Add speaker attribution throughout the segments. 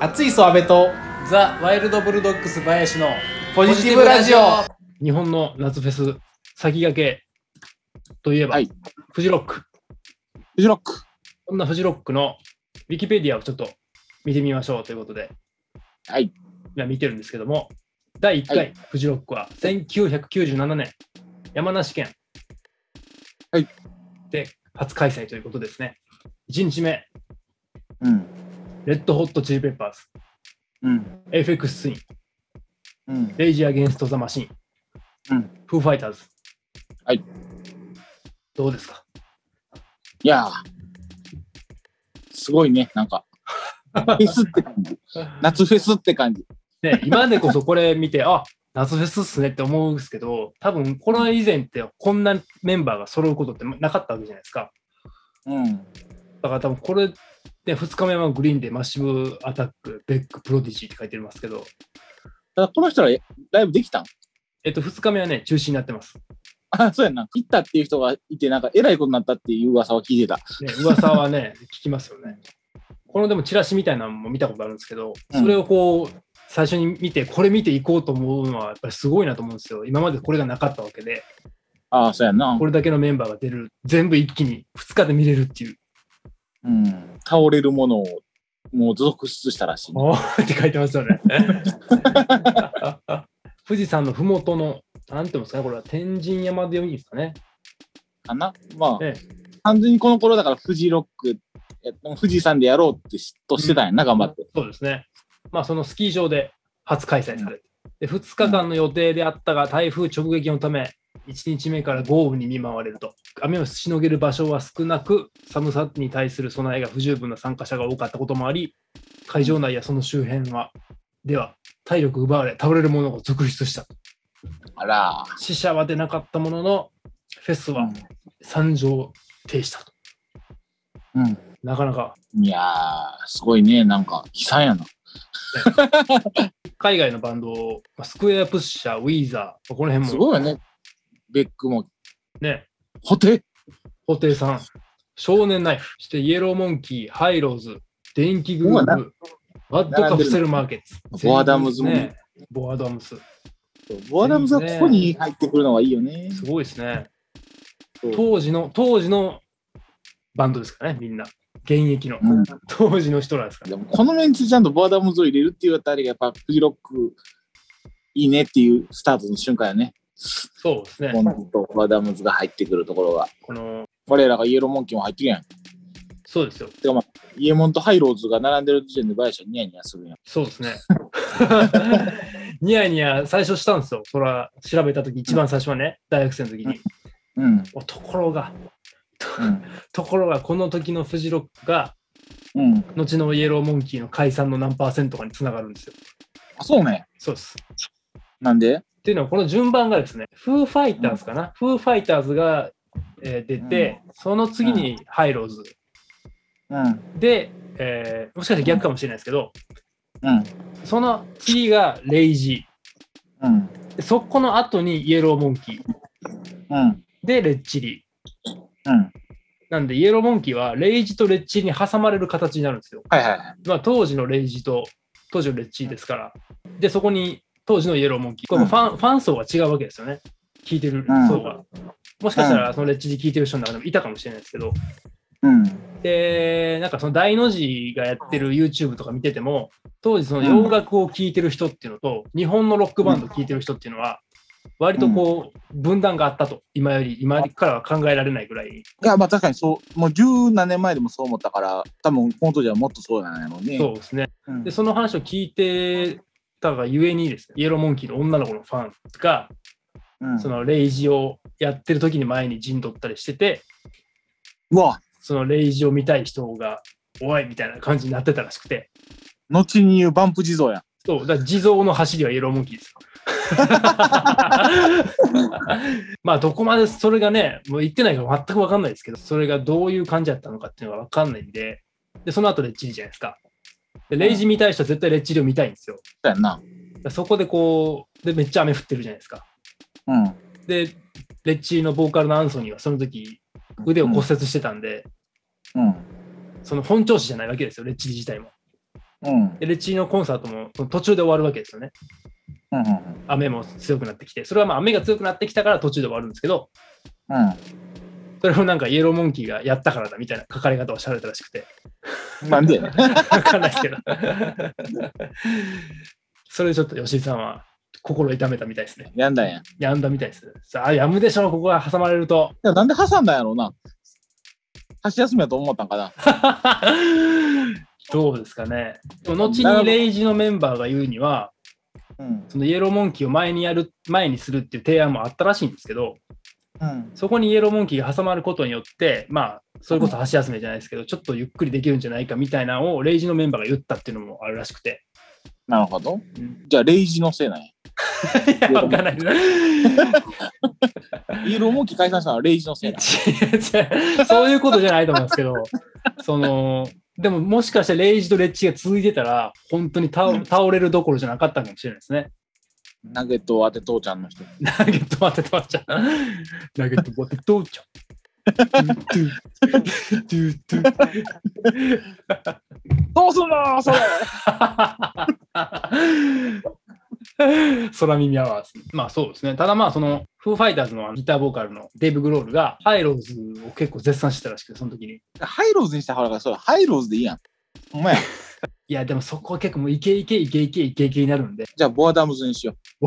Speaker 1: 熱いソアベと
Speaker 2: ザ・ワイルド・ブルドッグス林の
Speaker 1: ポジティブラジオ
Speaker 3: 日本の夏フェス先駆けといえば、
Speaker 4: はい
Speaker 3: フジロック。
Speaker 4: フジロック。
Speaker 3: そんなフジロックのウィキペディアをちょっと見てみましょうということで、
Speaker 4: はい。
Speaker 3: 今見てるんですけども、第1
Speaker 4: は
Speaker 3: 回フジロックは1997年、山梨県
Speaker 4: はい
Speaker 3: で初開催ということですね。1日目、
Speaker 4: うん。
Speaker 3: レッドホットチリペッパーズ、
Speaker 4: うん。
Speaker 3: FX ツイン、
Speaker 4: うん。
Speaker 3: レイジー・アゲンスト・ザ・マシン、
Speaker 4: うん
Speaker 3: フーファイターズ。
Speaker 4: はい。
Speaker 3: どうですか
Speaker 4: いやー、すごいね、なんか。フェスって感じ。夏フェスって感じ。
Speaker 3: ね、今でこそこれ見て、あ夏フェスっすねって思うんですけど、多分コロナ以前ってこんなメンバーが揃うことってなかったわけじゃないですか。
Speaker 4: うん。
Speaker 3: だから多分これで2日目はグリーンでマッシブアタック、ベック、プロディジーって書いてますけど、
Speaker 4: ただ、この人らライブできたん
Speaker 3: えっと、2日目はね、中止になってます。
Speaker 4: あ、そうやんな。行ったっていう人がいて、なんか、えらいことになったっていう噂は聞いてた。
Speaker 3: ね、噂はね、聞きますよね。このでもチラシみたいなのも見たことあるんですけど、
Speaker 4: うん
Speaker 3: それをこう、最初に見て、これ見ていこうと思うのはやっぱりすごいなと思うんですよ。今までこれがなかったわけで、
Speaker 4: ああ、そうやんな
Speaker 3: こ。れだけのメンバーが出る、全部一気に2日で見れるっていう。
Speaker 4: うん。倒れるものを、もう続出したらしいね、
Speaker 3: おーって書いてますよね。 富士山のふもとの、なんていうんですかね、これは天神山でいいんですかね。
Speaker 4: かな。まあ、
Speaker 3: え
Speaker 4: 完全にこの頃だから、フジロック、え富士山でやろうってしとしてたんやな、頑張って。
Speaker 3: そうですね。まあ、そのスキー場で初開催されて、で2日間の予定であったが、台風直撃のため、1日目から豪雨に見舞われると、雨をしのげる場所は少なく、寒さに対する備えが不十分な参加者が多かったこともあり、会場内やその周辺は、では、体力奪われ、倒れる者が続出した。
Speaker 4: あら
Speaker 3: 死者は出なかったものの、フェス
Speaker 4: ー
Speaker 3: は参上停止したと。
Speaker 4: うん。
Speaker 3: なかなか
Speaker 4: いやー、すごいね、なんか、悲惨やな。
Speaker 3: 海外のバンド、まあスクエアプッシャー、ウィーザー、この辺
Speaker 4: す
Speaker 3: も
Speaker 4: ごいよね。ベックも、
Speaker 3: ね、
Speaker 4: ホテ
Speaker 3: 布袋さん、少年ナイフ、そしてイエローモンキー、ハイローズ、電気グル
Speaker 4: うわ
Speaker 3: ープ、ワッドカプセルマーケッ
Speaker 4: 並ん
Speaker 3: ツ、
Speaker 4: でるボアダムズも
Speaker 3: ね。ボアダムズ、
Speaker 4: ボアダムズがここに入ってくるのはいいよね。
Speaker 3: すごいですね。
Speaker 4: そう
Speaker 3: 当時の、当時のバンドですかね、みんな。現役の。
Speaker 4: うん
Speaker 3: 当時の人なんですかね。
Speaker 4: でもこのメンツでちゃんとボアダムズを入れるっていうあたりがやっぱフジロックいいねっていうスタートの瞬間やね。
Speaker 3: そうです
Speaker 4: ポ
Speaker 3: ね。
Speaker 4: ンズとボアダムズが入ってくるところが。
Speaker 3: この、
Speaker 4: 我らがイエローモンキーも入ってるやん。
Speaker 3: そうですよ。
Speaker 4: イエモンとハイローズが並んでる時点でバイシャニヤニヤするやん。
Speaker 3: そうですね。ニヤニヤ最初したんですよ。そら、調べたとき、一番最初はね、大学生の時に。
Speaker 4: うん。
Speaker 3: おところが、と
Speaker 4: うん
Speaker 3: ところが、この時のフジロックが、
Speaker 4: うん。
Speaker 3: 後のイエローモンキーの解散の何パーセントかにつながるんですよ。
Speaker 4: あ、そうね。
Speaker 3: そうです。
Speaker 4: なんで
Speaker 3: っていうのは、この順番がですね、フーファイターズかな。フーファイターズが、えー出て、その次にハイローズ。
Speaker 4: うん。
Speaker 3: で、えーもしかして逆かもしれないですけど、
Speaker 4: うん。
Speaker 3: その次がレイジ
Speaker 4: うん。
Speaker 3: ー。でそこの後にイエローモンキー。
Speaker 4: うん。
Speaker 3: で、レッチリ。
Speaker 4: うん。
Speaker 3: なんで、イエローモンキーは、レイジとレッチリに挟まれる形になるんですよ。
Speaker 4: はいはいはい。
Speaker 3: まあ、当時のレイジと、当時のレッチリですから。で、そこに、当時のイエローモンキー。これもファン、ファン層が違うわけですよね。聞いてる層が。もしかしたら、そのレッチリ聞いてる人の中でもいたかもしれないですけど。
Speaker 4: うん。
Speaker 3: で、なんかその大の字がやってる YouTube とか見てても、当時その洋楽を聴いてる人っていうのと、日本のロックバンド聴いてる人っていうのは、割とこう、分断があったと。今より、今からは考えられないぐらい。
Speaker 4: いや、まあ確かにそう、もう十何年前でもそう思ったから、多分この当時はもっとそうなんやろうね。
Speaker 3: そうですね。
Speaker 4: うん。
Speaker 3: で、その話を聞いてたがゆえにですね、イエローモンキーの女の子のファンが、
Speaker 4: うん
Speaker 3: そのレイジをやってる時に前に陣取ったりしてて、
Speaker 4: うわ、
Speaker 3: そのレイジを見たい人が、おいみたいな感じになってたらしくて、
Speaker 4: 後に言うバンプ地蔵やん。
Speaker 3: そう、だから地蔵の走りはイエローモンキー ですよ。まあ、どこまでそれがね、もう言ってないから全く分かんないですけど、それがどういう感じだったのかっていうのが分かんないんで、で、その後レッチリじゃないですか。でレイジ見たい人は絶対レッチリを見たいんですよ。
Speaker 4: そうやんな。
Speaker 3: そこでこう、で、めっちゃ雨降ってるじゃないですか。
Speaker 4: うん。
Speaker 3: で、レッチリのボーカルのアンソニーはその時腕を骨折してたんで、
Speaker 4: うん。
Speaker 3: その本調子じゃないわけですよ、レッチリ自体も。
Speaker 4: うん。
Speaker 3: でレッチリのコンサートもその途中で終わるわけですよね。
Speaker 4: うん。うん。
Speaker 3: 雨も強くなってきて、それはまあ雨が強くなってきたから途中で終わるんですけど、それをなんかイエローモンキーがやったからだみたいな書かれ方をされたらしくて、
Speaker 4: うんなんでやねん
Speaker 3: わかんないですけど。それでちょっと吉井さんは心痛めたみたいですね。
Speaker 4: やんだんや。
Speaker 3: やんだみたいです。さあ、やむでしょう、ここが挟まれると。
Speaker 4: いやなんで挟んだんやろうな。箸休みやと思ったんかな。
Speaker 3: どうですかね。でも後にレイジのメンバーが言うには、
Speaker 4: うん。
Speaker 3: そのイエローモンキーを前にやる、前にするっていう提案もあったらしいんですけど、
Speaker 4: うん。
Speaker 3: そこにイエローモンキーが挟まることによって、まあ、それこそ箸休めじゃないですけど、ちょっとゆっくりできるんじゃないかみたいなのをレイジのメンバーが言ったっていうのもあるらしくて。
Speaker 4: なるほど
Speaker 3: うん。
Speaker 4: じゃあ、レイジのせいなんや。
Speaker 3: いや、わかんないです。
Speaker 4: イーローモンキー解散したのはレイジのせい
Speaker 3: 違
Speaker 4: なんや。
Speaker 3: う違うそういうことじゃないと思うんですけど、その、でももしかしてレイジとレッチが続いてたら、本当に倒
Speaker 4: うん
Speaker 3: 倒れるどころじゃなかったかもしれないですね。
Speaker 4: ナゲットを当て父ちゃんの人。
Speaker 3: ナゲット待ってとまっちゃう。ナゲット待ってとまっちゃう。
Speaker 4: どうすんのそれ
Speaker 3: 空耳アワーですねまあそうですね。ただまあその、フーファイターズのギターボーカルのデイブ・グロールが、ハイローズを結構絶賛してたらしくて、その時に。
Speaker 4: ハイローズにしたはるから、それハイローズでいいやん。お前や。
Speaker 3: いや、でもそこは結構もうイケイケイケイケイケイケになるんで、
Speaker 4: じゃあ、ボアダムズにしよう。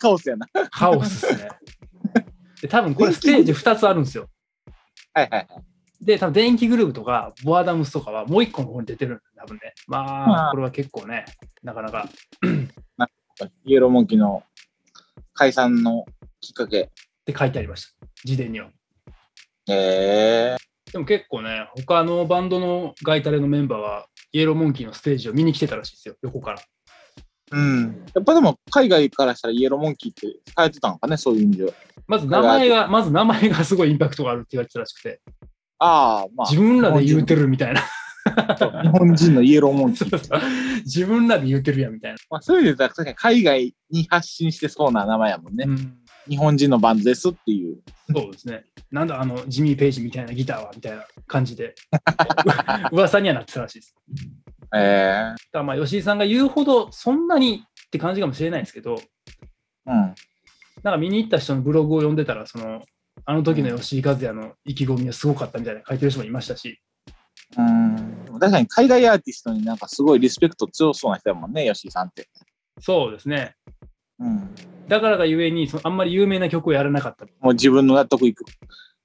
Speaker 4: カオスやな。
Speaker 3: カオスですね。で、多分これステージ2つあるんですよ。
Speaker 4: はいはいはい。
Speaker 3: で、多分電気グループとか、ボアダムスとかはもう一個の方に出てるんで、多分ね。まあ、
Speaker 4: あー
Speaker 3: これは結構ね、なかなか。
Speaker 4: イエローモンキーの解散のきっかけ。
Speaker 3: って書いてありました。事前には。
Speaker 4: へえ。
Speaker 3: でも結構ね、他のバンドのガイタレのメンバーは、イエローモンキーのステージを見に来てたらしいですよ、横から。
Speaker 4: うん。やっぱでも、海外からしたらイエローモンキーって流行ってたのかね、そういう意味では。
Speaker 3: まず名前が、まず名前がすごいインパクトがあるって言われてたらしくて、
Speaker 4: ああ、まあ、
Speaker 3: 自分らで言うてるみたいな。
Speaker 4: 日本人のイエローモンキー。
Speaker 3: 自分らで言うてるやんみたいな。
Speaker 4: まあ、そういう意味では確かに海外に発信してそうな名前やもんね。
Speaker 3: うん
Speaker 4: 日本人のバンドですっていう。
Speaker 3: そうですね。なんだあの、ジミー・ペイジみたいなギターはみたいな感じで、 噂にはなってたらしいです。
Speaker 4: ええ
Speaker 3: だからまあ、吉井さんが言うほど、そんなにって感じかもしれないですけど、
Speaker 4: うん。
Speaker 3: なんか見に行った人のブログを読んでたら、その、あの時の吉井和也の意気込みはすごかったみたいな書いてる人もいましたし、
Speaker 4: うん。確かに海外アーティストになんかすごいリスペクト強そうな人やもんね、吉井さんって。
Speaker 3: そうですね。
Speaker 4: うん。
Speaker 3: だからがゆえに、そのあんまり有名な曲をやらなかった。
Speaker 4: もう自分の納得いく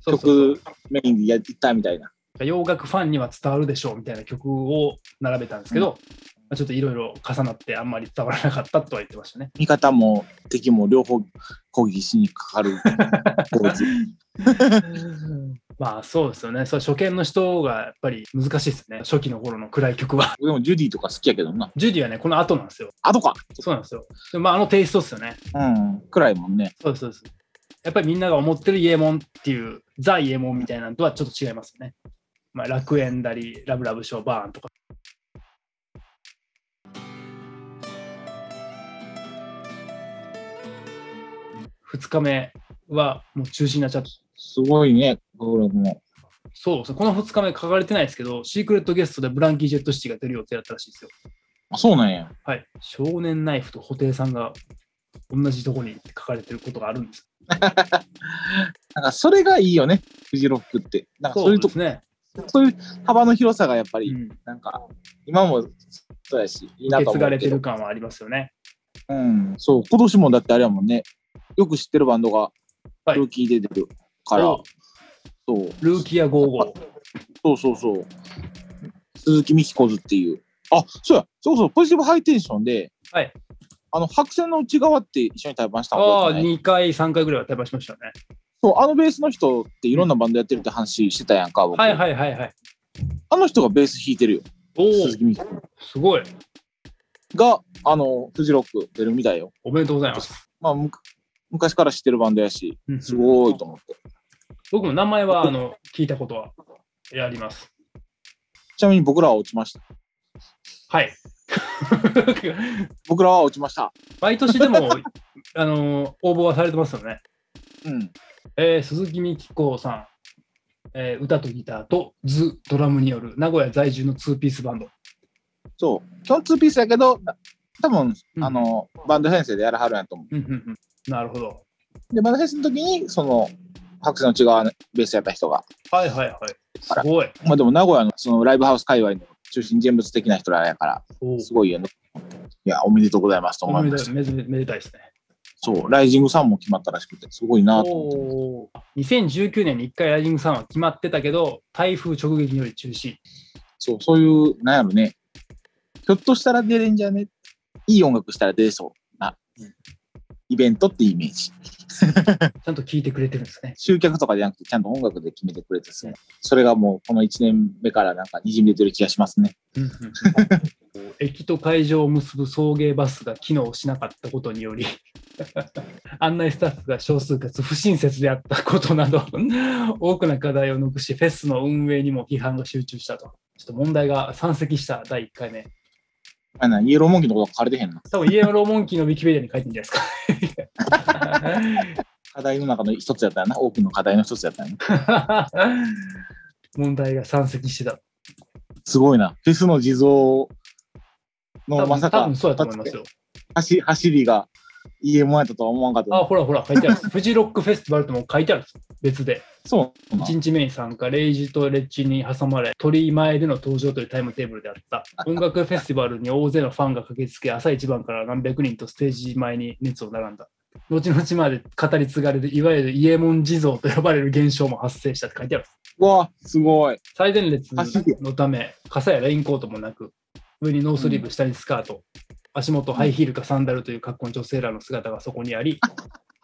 Speaker 3: そうそう
Speaker 4: 曲メインでやったみたいな。
Speaker 3: 洋楽ファンには伝わるでしょうみたいな曲を並べたんですけど、まあちょっといろいろ重なってあんまり伝わらなかったとは言ってましたね。
Speaker 4: 味方も敵も両方攻撃しにか かる構図。
Speaker 3: まあそうですよね。それ初見の人がやっぱり難しいですね。初期の頃の暗い曲は。
Speaker 4: でもジュディとか好きやけどな。
Speaker 3: ジュディはね、この後なんですよ。
Speaker 4: あとか。
Speaker 3: そうなんですよ。でまああのテイストですよね。
Speaker 4: うん。暗いもんね。
Speaker 3: そうです、そうです。やっぱりみんなが思ってるイエモンっていう、ザ・イエモンみたいなのとはちょっと違いますよね。まあ、楽園だり、ラブラブショーバーンとか。2日目はもう中止になっちゃって、
Speaker 4: すごいね、これも。
Speaker 3: そうですね、この2日目書かれてないですけど、シークレットゲストでブランキー・ジェット・シティが出る予定だったらしいですよ。
Speaker 4: あ、そうなんや。
Speaker 3: はい。少年ナイフと布袋さんが同じとこにって書かれてることがあるんです。
Speaker 4: なんかそれがいいよね、フジロックって。なんかそういうと
Speaker 3: で
Speaker 4: こ
Speaker 3: すね。
Speaker 4: そういう幅の広さがやっぱり、
Speaker 3: うん
Speaker 4: なんか、今もそうやし、いいな
Speaker 3: 受
Speaker 4: と
Speaker 3: け継
Speaker 4: 思うけど。
Speaker 3: がれてる感はありますよね。
Speaker 4: うん、そう、今年もだってあれやもんね、よく知ってるバンドが、
Speaker 3: はい
Speaker 4: ルーキーで出てるから、
Speaker 3: お
Speaker 4: そう、
Speaker 3: ルーキア55。
Speaker 4: そうそうそう、鈴木美希子ズっていう。あ、そうや、そうそう、ポジティブハイテンションで、
Speaker 3: はい
Speaker 4: あの、白線の内側って一緒に対バンした
Speaker 3: あ
Speaker 4: の
Speaker 3: あ、
Speaker 4: 覚えてない
Speaker 3: 2回、3回ぐらいは対話しましたよね。
Speaker 4: そう、あのベースの人っていろんなバンドやってるって話してたやんか、僕。
Speaker 3: はいはいはいはい。
Speaker 4: あの人がベース弾いてるよ、
Speaker 3: おお、
Speaker 4: 鈴木美希子
Speaker 3: すごい。
Speaker 4: が、あの、フジロック出るみたいよ。
Speaker 3: おめでとうございます。
Speaker 4: まあ、むか昔から知ってるバンドやし、
Speaker 3: うん
Speaker 4: すごいと思って。
Speaker 3: 僕も名前はあの聞いたことはあります。
Speaker 4: ちなみに僕らは落ちました。
Speaker 3: はい。
Speaker 4: 僕らは落ちました。
Speaker 3: 毎年でも、 あの応募はされてますよね。
Speaker 4: うん。
Speaker 3: えー、鈴木美希子さん、えー歌とギターとズ、ドラムによる名古屋在住のツーピースバンド。
Speaker 4: そう。基本ツーピースやけど、な多分、
Speaker 3: うん
Speaker 4: あの、バンド編成でやらはるんやと思
Speaker 3: うんうんうん、なるほど。
Speaker 4: う。で、バンド編成の時に、その、白線の違うベースやった人が、
Speaker 3: はいはいはい。すごい。
Speaker 4: まあでも名古屋のそのライブハウス界隈の中心人物的な人らやから、
Speaker 3: お
Speaker 4: すごいよね。いや、おめでとうございますと
Speaker 3: お
Speaker 4: 思い
Speaker 3: め
Speaker 4: ま
Speaker 3: で
Speaker 4: した
Speaker 3: い。めでめでたいですね。
Speaker 4: そう、ライジングさんも決まったらしくて、すごいなと思って。
Speaker 3: お2019年に1回ライジングさんは決まってたけど、台風直撃により中止。
Speaker 4: そう、そういう、なんやろね。ひょっとしたら出れんじゃねいい音楽したら出れそうな、イベントってイメージ。
Speaker 3: ちゃんと聞いてくれてるんですね。
Speaker 4: 集客とかじゃなくて、ちゃんと音楽で決めてくれてすね。それがもう、この1年目からなんか滲み出てる気がしますね。
Speaker 3: 駅と会場を結ぶ送迎バスが機能しなかったことにより、 案内スタッフが少数かつ不親切であったことなど、 多くの課題を残し、フェスの運営にも批判が集中したと。ちょっと問題が山積した第1回目。
Speaker 4: あなイエローモンキーのこと書かれてへんの
Speaker 3: 多分イエローモンキーのウィキペディアに書いてるんじゃないですか。
Speaker 4: 課題の中の一つやったらな、多くの課題の一つやったらね。
Speaker 3: 問題が山積してた。
Speaker 4: すごいな。フェスの地蔵
Speaker 3: 多
Speaker 4: のま
Speaker 3: 分
Speaker 4: さ
Speaker 3: 多
Speaker 4: か
Speaker 3: 分、そうだと思いますよ。
Speaker 4: 走走りが家もんやったとは思わんかった
Speaker 3: あ、
Speaker 4: な。
Speaker 3: ほらほら、書いてある。フジロックフェスティバルとも書いてあるんです。別で。
Speaker 4: そうなん。
Speaker 3: 1日目に参加、レイジとレッジに挟まれ、鳥居前での登場というタイムテーブルであった。音楽フェスティバルに大勢のファンが駆けつけ、朝一番から何百人とステージ前に熱を並んだ。後々まで語り継がれる、いわゆる伊右衛門地蔵と呼ばれる現象も発生したって書いてある。
Speaker 4: うわ、すごい。
Speaker 3: 最前列のため、傘やレインコートもなく、上にノースリーブ、下にスカート、足元ハイヒールかサンダルという格好の女性らの姿がそこにあ り、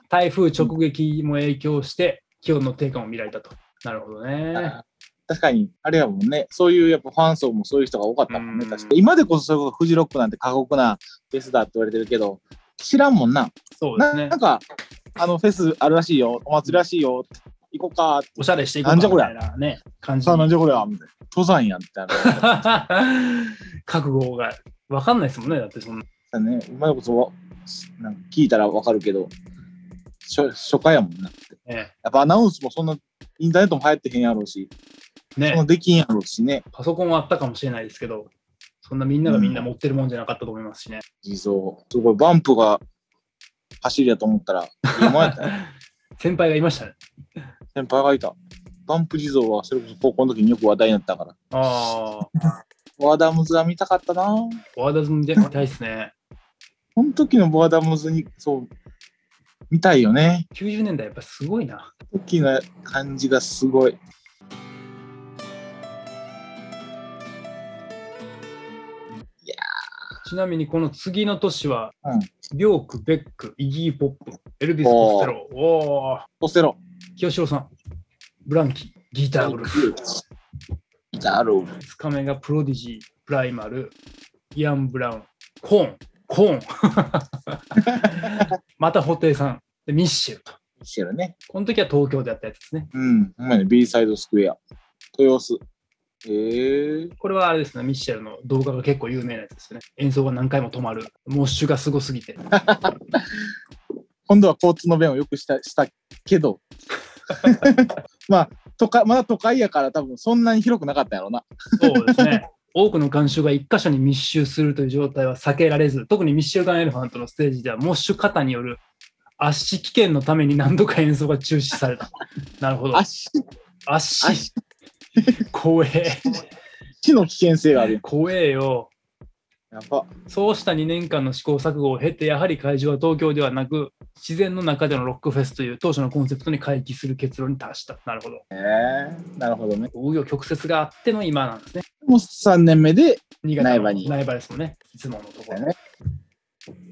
Speaker 3: 台風直撃も影響して、気温の低下も見られたと。なるほどね。
Speaker 4: 確かに、あれやもんね、そういうやっぱファン層もそういう人が多かったもんね、
Speaker 3: うん
Speaker 4: 確か今でこそそれこそフジロックなんて過酷なフェスだって言われてるけど、知らんもんな。
Speaker 3: そうで
Speaker 4: な
Speaker 3: すね
Speaker 4: なん。か、あのフェスあるらしいよ、お祭りらしいよ、行こうかって、
Speaker 3: おしゃれしていく
Speaker 4: なんじゃこ
Speaker 3: みた
Speaker 4: りゃ
Speaker 3: いなね、感じ
Speaker 4: さ あ、。なんじゃこれはみたいな。登山やんみたいな。
Speaker 3: 覚悟が分かんないですもんね、だってそんな。
Speaker 4: だね、今でこそ、なんか聞いたらわかるけど、初初回やもんなって。
Speaker 3: ね
Speaker 4: やっぱアナウンスもそんな、インターネットも流行ってへんやろうし、その
Speaker 3: ね
Speaker 4: できんやろうしね、
Speaker 3: パソコンはあったかもしれないですけど、そんなみんながみんな持ってるもんじゃなかったと思いますしね。
Speaker 4: 地蔵。すごい、バンプが走りやと思ったら、 今やったね。
Speaker 3: 先輩がいましたね。
Speaker 4: 先輩がいた。バンプ地蔵はそれこそ高校の時によく話題になったから。
Speaker 3: ああ。
Speaker 4: ボアダムズが見たかったな。
Speaker 3: フォワードズも出たいですね。
Speaker 4: この時のボアダムズに、そう、見たいよね。
Speaker 3: 90年代やっぱすごいな。
Speaker 4: 時の感じがすごい。
Speaker 3: ちなみにこの次の年は、
Speaker 4: うん
Speaker 3: ビョーク、ベック、イギー・ポップ、エルビス・コステロ、おー
Speaker 4: オセロ。
Speaker 3: 清志郎さん、ブランキー、ギターグループ、
Speaker 4: ダル
Speaker 3: 2日目がプロディジー、プライマル、イアン・ブラウン、コーン、コ ーン、また布袋さん、でミッシェルと。
Speaker 4: してるね。
Speaker 3: この時は東京でやったやつですね。
Speaker 4: うん。ほんまに B サイドスクエア。豊洲。ええ
Speaker 3: これはあれですね、ミッシェルの動画が結構有名なやつですね。演奏が何回も止まる。モッシュがすごすぎて。
Speaker 4: 今度は交通の便をよくしたしたけど。 まあ、都会、まだ都会やから多分そんなに広くなかったやろうな。
Speaker 3: そうですね。多くの観衆が一箇所に密集するという状態は避けられず、特にミッシュガンエレファントのステージでは、モッシュ型による圧死危険のために何度か演奏が中止され た。なるほど。
Speaker 4: 足、
Speaker 3: 圧死
Speaker 4: 足
Speaker 3: 怖え。
Speaker 4: の危険性があるよ。
Speaker 3: 怖えよ。
Speaker 4: やば。
Speaker 3: そうした2年間の試行錯誤を経て、やはり会場は東京ではなく、自然の中でのロックフェスという当初のコンセプトに回帰する結論に達した。なるほど。
Speaker 4: ええなるほどね。
Speaker 3: 紆余曲折があっての今なんですね。
Speaker 4: もう3年目で、
Speaker 3: 新潟の
Speaker 4: 苗場に
Speaker 3: 苗場ですもんね。いつものところ。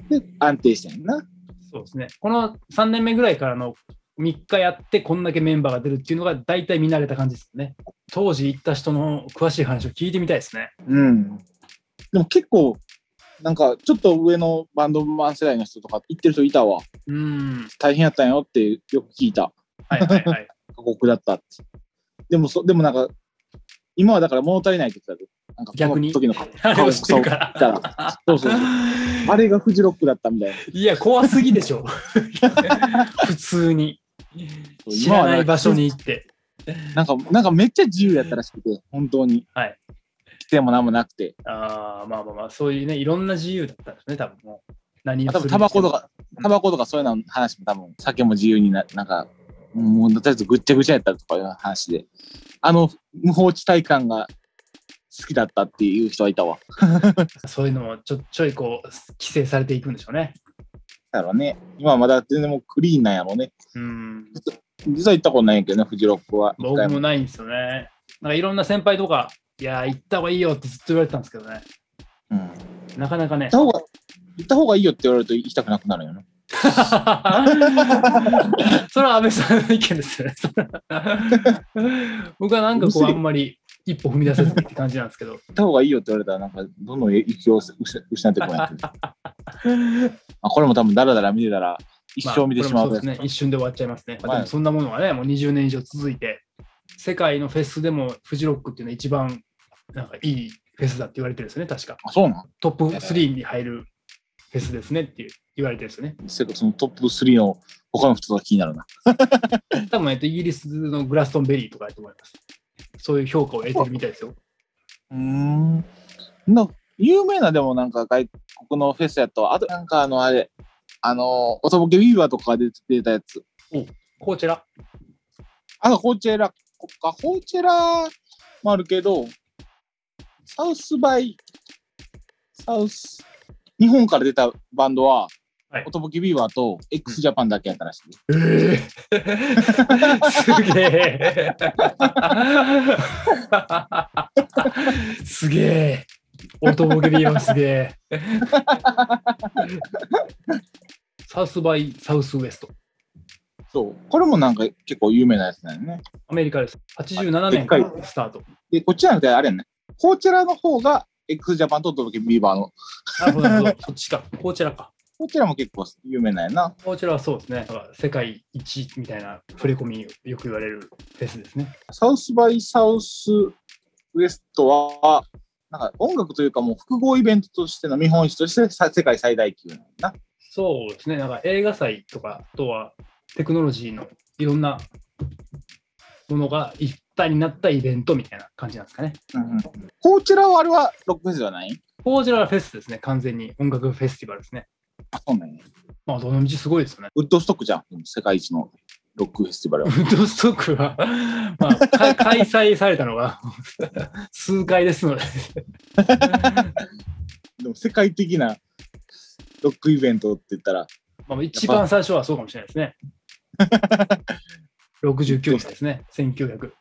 Speaker 4: で安定してんな。
Speaker 3: そうですね。この3年目ぐらいからの3日やって、こんだけメンバーが出るっていうのが、大体見慣れた感じですよね。当時行った人の詳しい話を聞いてみたいですね。
Speaker 4: うん。でも結構、なんかちょっと上のバンドマン世代の人とか行ってる人いたわ。
Speaker 3: うーん。
Speaker 4: 大変やったんよってよく聞いた。
Speaker 3: はいはいはい。
Speaker 4: 過酷だったって。でもそ、でもなんか、今はだから物足りないって言ってたけど、なんかこの
Speaker 3: 逆に
Speaker 4: 時の
Speaker 3: あれ
Speaker 4: 顔
Speaker 3: を知ってるか
Speaker 4: 見た
Speaker 3: ら。
Speaker 4: ら。そうそうそう。 あれがフジロックだったみたいな。
Speaker 3: いや、怖す ぎでしょ。普通に。知らない場所に行って。
Speaker 4: なんか、なんかめっちゃ自由やったらしくて、本当に。
Speaker 3: はい。
Speaker 4: 規制も何もなくて。
Speaker 3: ああ、まあまあまあ、そういうね、いろんな自由だったんですね、多分もう。何
Speaker 4: ま
Speaker 3: を
Speaker 4: あ
Speaker 3: する
Speaker 4: 多分タバコとか、タバコとかそういうの話も多分、酒も自由にな、なんか、もうとりあえずぐっちゃぐちゃやったとかいう話で、あの無法地帯感が好きだったっていう人はいたわ。
Speaker 3: そういうのもちょちょいこう、規制されていくんでしょうね。
Speaker 4: だからね、今はまだ全然もうクリーンなんやろうね。
Speaker 3: うん。
Speaker 4: 実は行ったことないけどね、フジロックは。一
Speaker 3: 僕
Speaker 4: 回
Speaker 3: もないんですよね。なんかいろんな先輩とか、いやー、行った方がいいよってずっと言われてたんですけどね。
Speaker 4: うん行っ
Speaker 3: なかなか ね
Speaker 4: た。方が、行った方がいいよって言われると行きたくなくなるよね。
Speaker 3: それは安倍さんの意見ですよね。 僕はなんかこう、あんまり一歩踏み出せずにって感じなんですけど。
Speaker 4: 行った方がいいよって言われたら、なんか、どんどん勢いを失失ってこない。ま あこれも多分、だらだら見てたら、 一生見てしまう
Speaker 3: まあこれもそうですね。一瞬で終わっちゃいますね。まあで
Speaker 4: は
Speaker 3: も
Speaker 4: い
Speaker 3: そんなものはね、もう20年以上続いて、世界のフェスでもフジロックっていうのは一番なんかいいフェスだって言われてるんですよね、確か。
Speaker 4: あ、そうなん
Speaker 3: トップ3に入るフェスですねっていう言われてるんですよね。
Speaker 4: せそのトップ3の他の人が気になるな。
Speaker 3: 多分、えっと、イギリスのグラストンベリーとかだと思います。そういう評価を得てるみたいですよ。
Speaker 4: うん。な有名なでもなんか外国のフェスやと、あとなんかあのあれ、あの、おとぼけビーバーとかが出て出てたやつ。
Speaker 3: こちら。
Speaker 4: あ、コーチェラか、コーチェラもあるけど、サウスバイ、サウス、日本から出たバンドは、
Speaker 3: はい
Speaker 4: おとぼけビーバーと x ジャパンだけやったらしい。
Speaker 3: えー、すげえ。すげえ。音ボケビーはすげえ。サウスバイ・サウスウエスト。
Speaker 4: そう。これもなんか結構有名なやつだよね。
Speaker 3: アメリカです。87
Speaker 4: でっ
Speaker 3: 年
Speaker 4: か
Speaker 3: か
Speaker 4: い
Speaker 3: らスタート。
Speaker 4: で、こっちじゃなくて、あれやね。こちらの方が、x ジャパンとトロケビーバーの。
Speaker 3: なるほどなるほど。そっちか。こちらか。
Speaker 4: こちらも結構有名なんやな。
Speaker 3: こちらはそうですね。だから世界一みたいな触れ込みよく言われるフェスですね。
Speaker 4: サウスバイサウスウエストは、なんか音楽というかもう複合イベントとしての見本市としてさ世界最大級なんやな。
Speaker 3: そうですね。なんか映画祭とか、あとはテクノロジーのいろんなものが一体になったイベントみたいな感じなんですかね。
Speaker 4: こちらはあれはロックフェスじゃない
Speaker 3: こちらはフェスですね。完全に音楽フェスティバルですね。
Speaker 4: あ、そうなんや。
Speaker 3: まあ、どの道すごいですよね。
Speaker 4: ウッドストックじゃん。世界一のロックフェスティバル
Speaker 3: ウ
Speaker 4: は。
Speaker 3: ッドストックは、 まあ、か 開催されたのが 数回ですので、
Speaker 4: でも世界的なロックイベントって言ったら、
Speaker 3: まあ、一番最初はそうかもしれないですね。69年ですね。1900。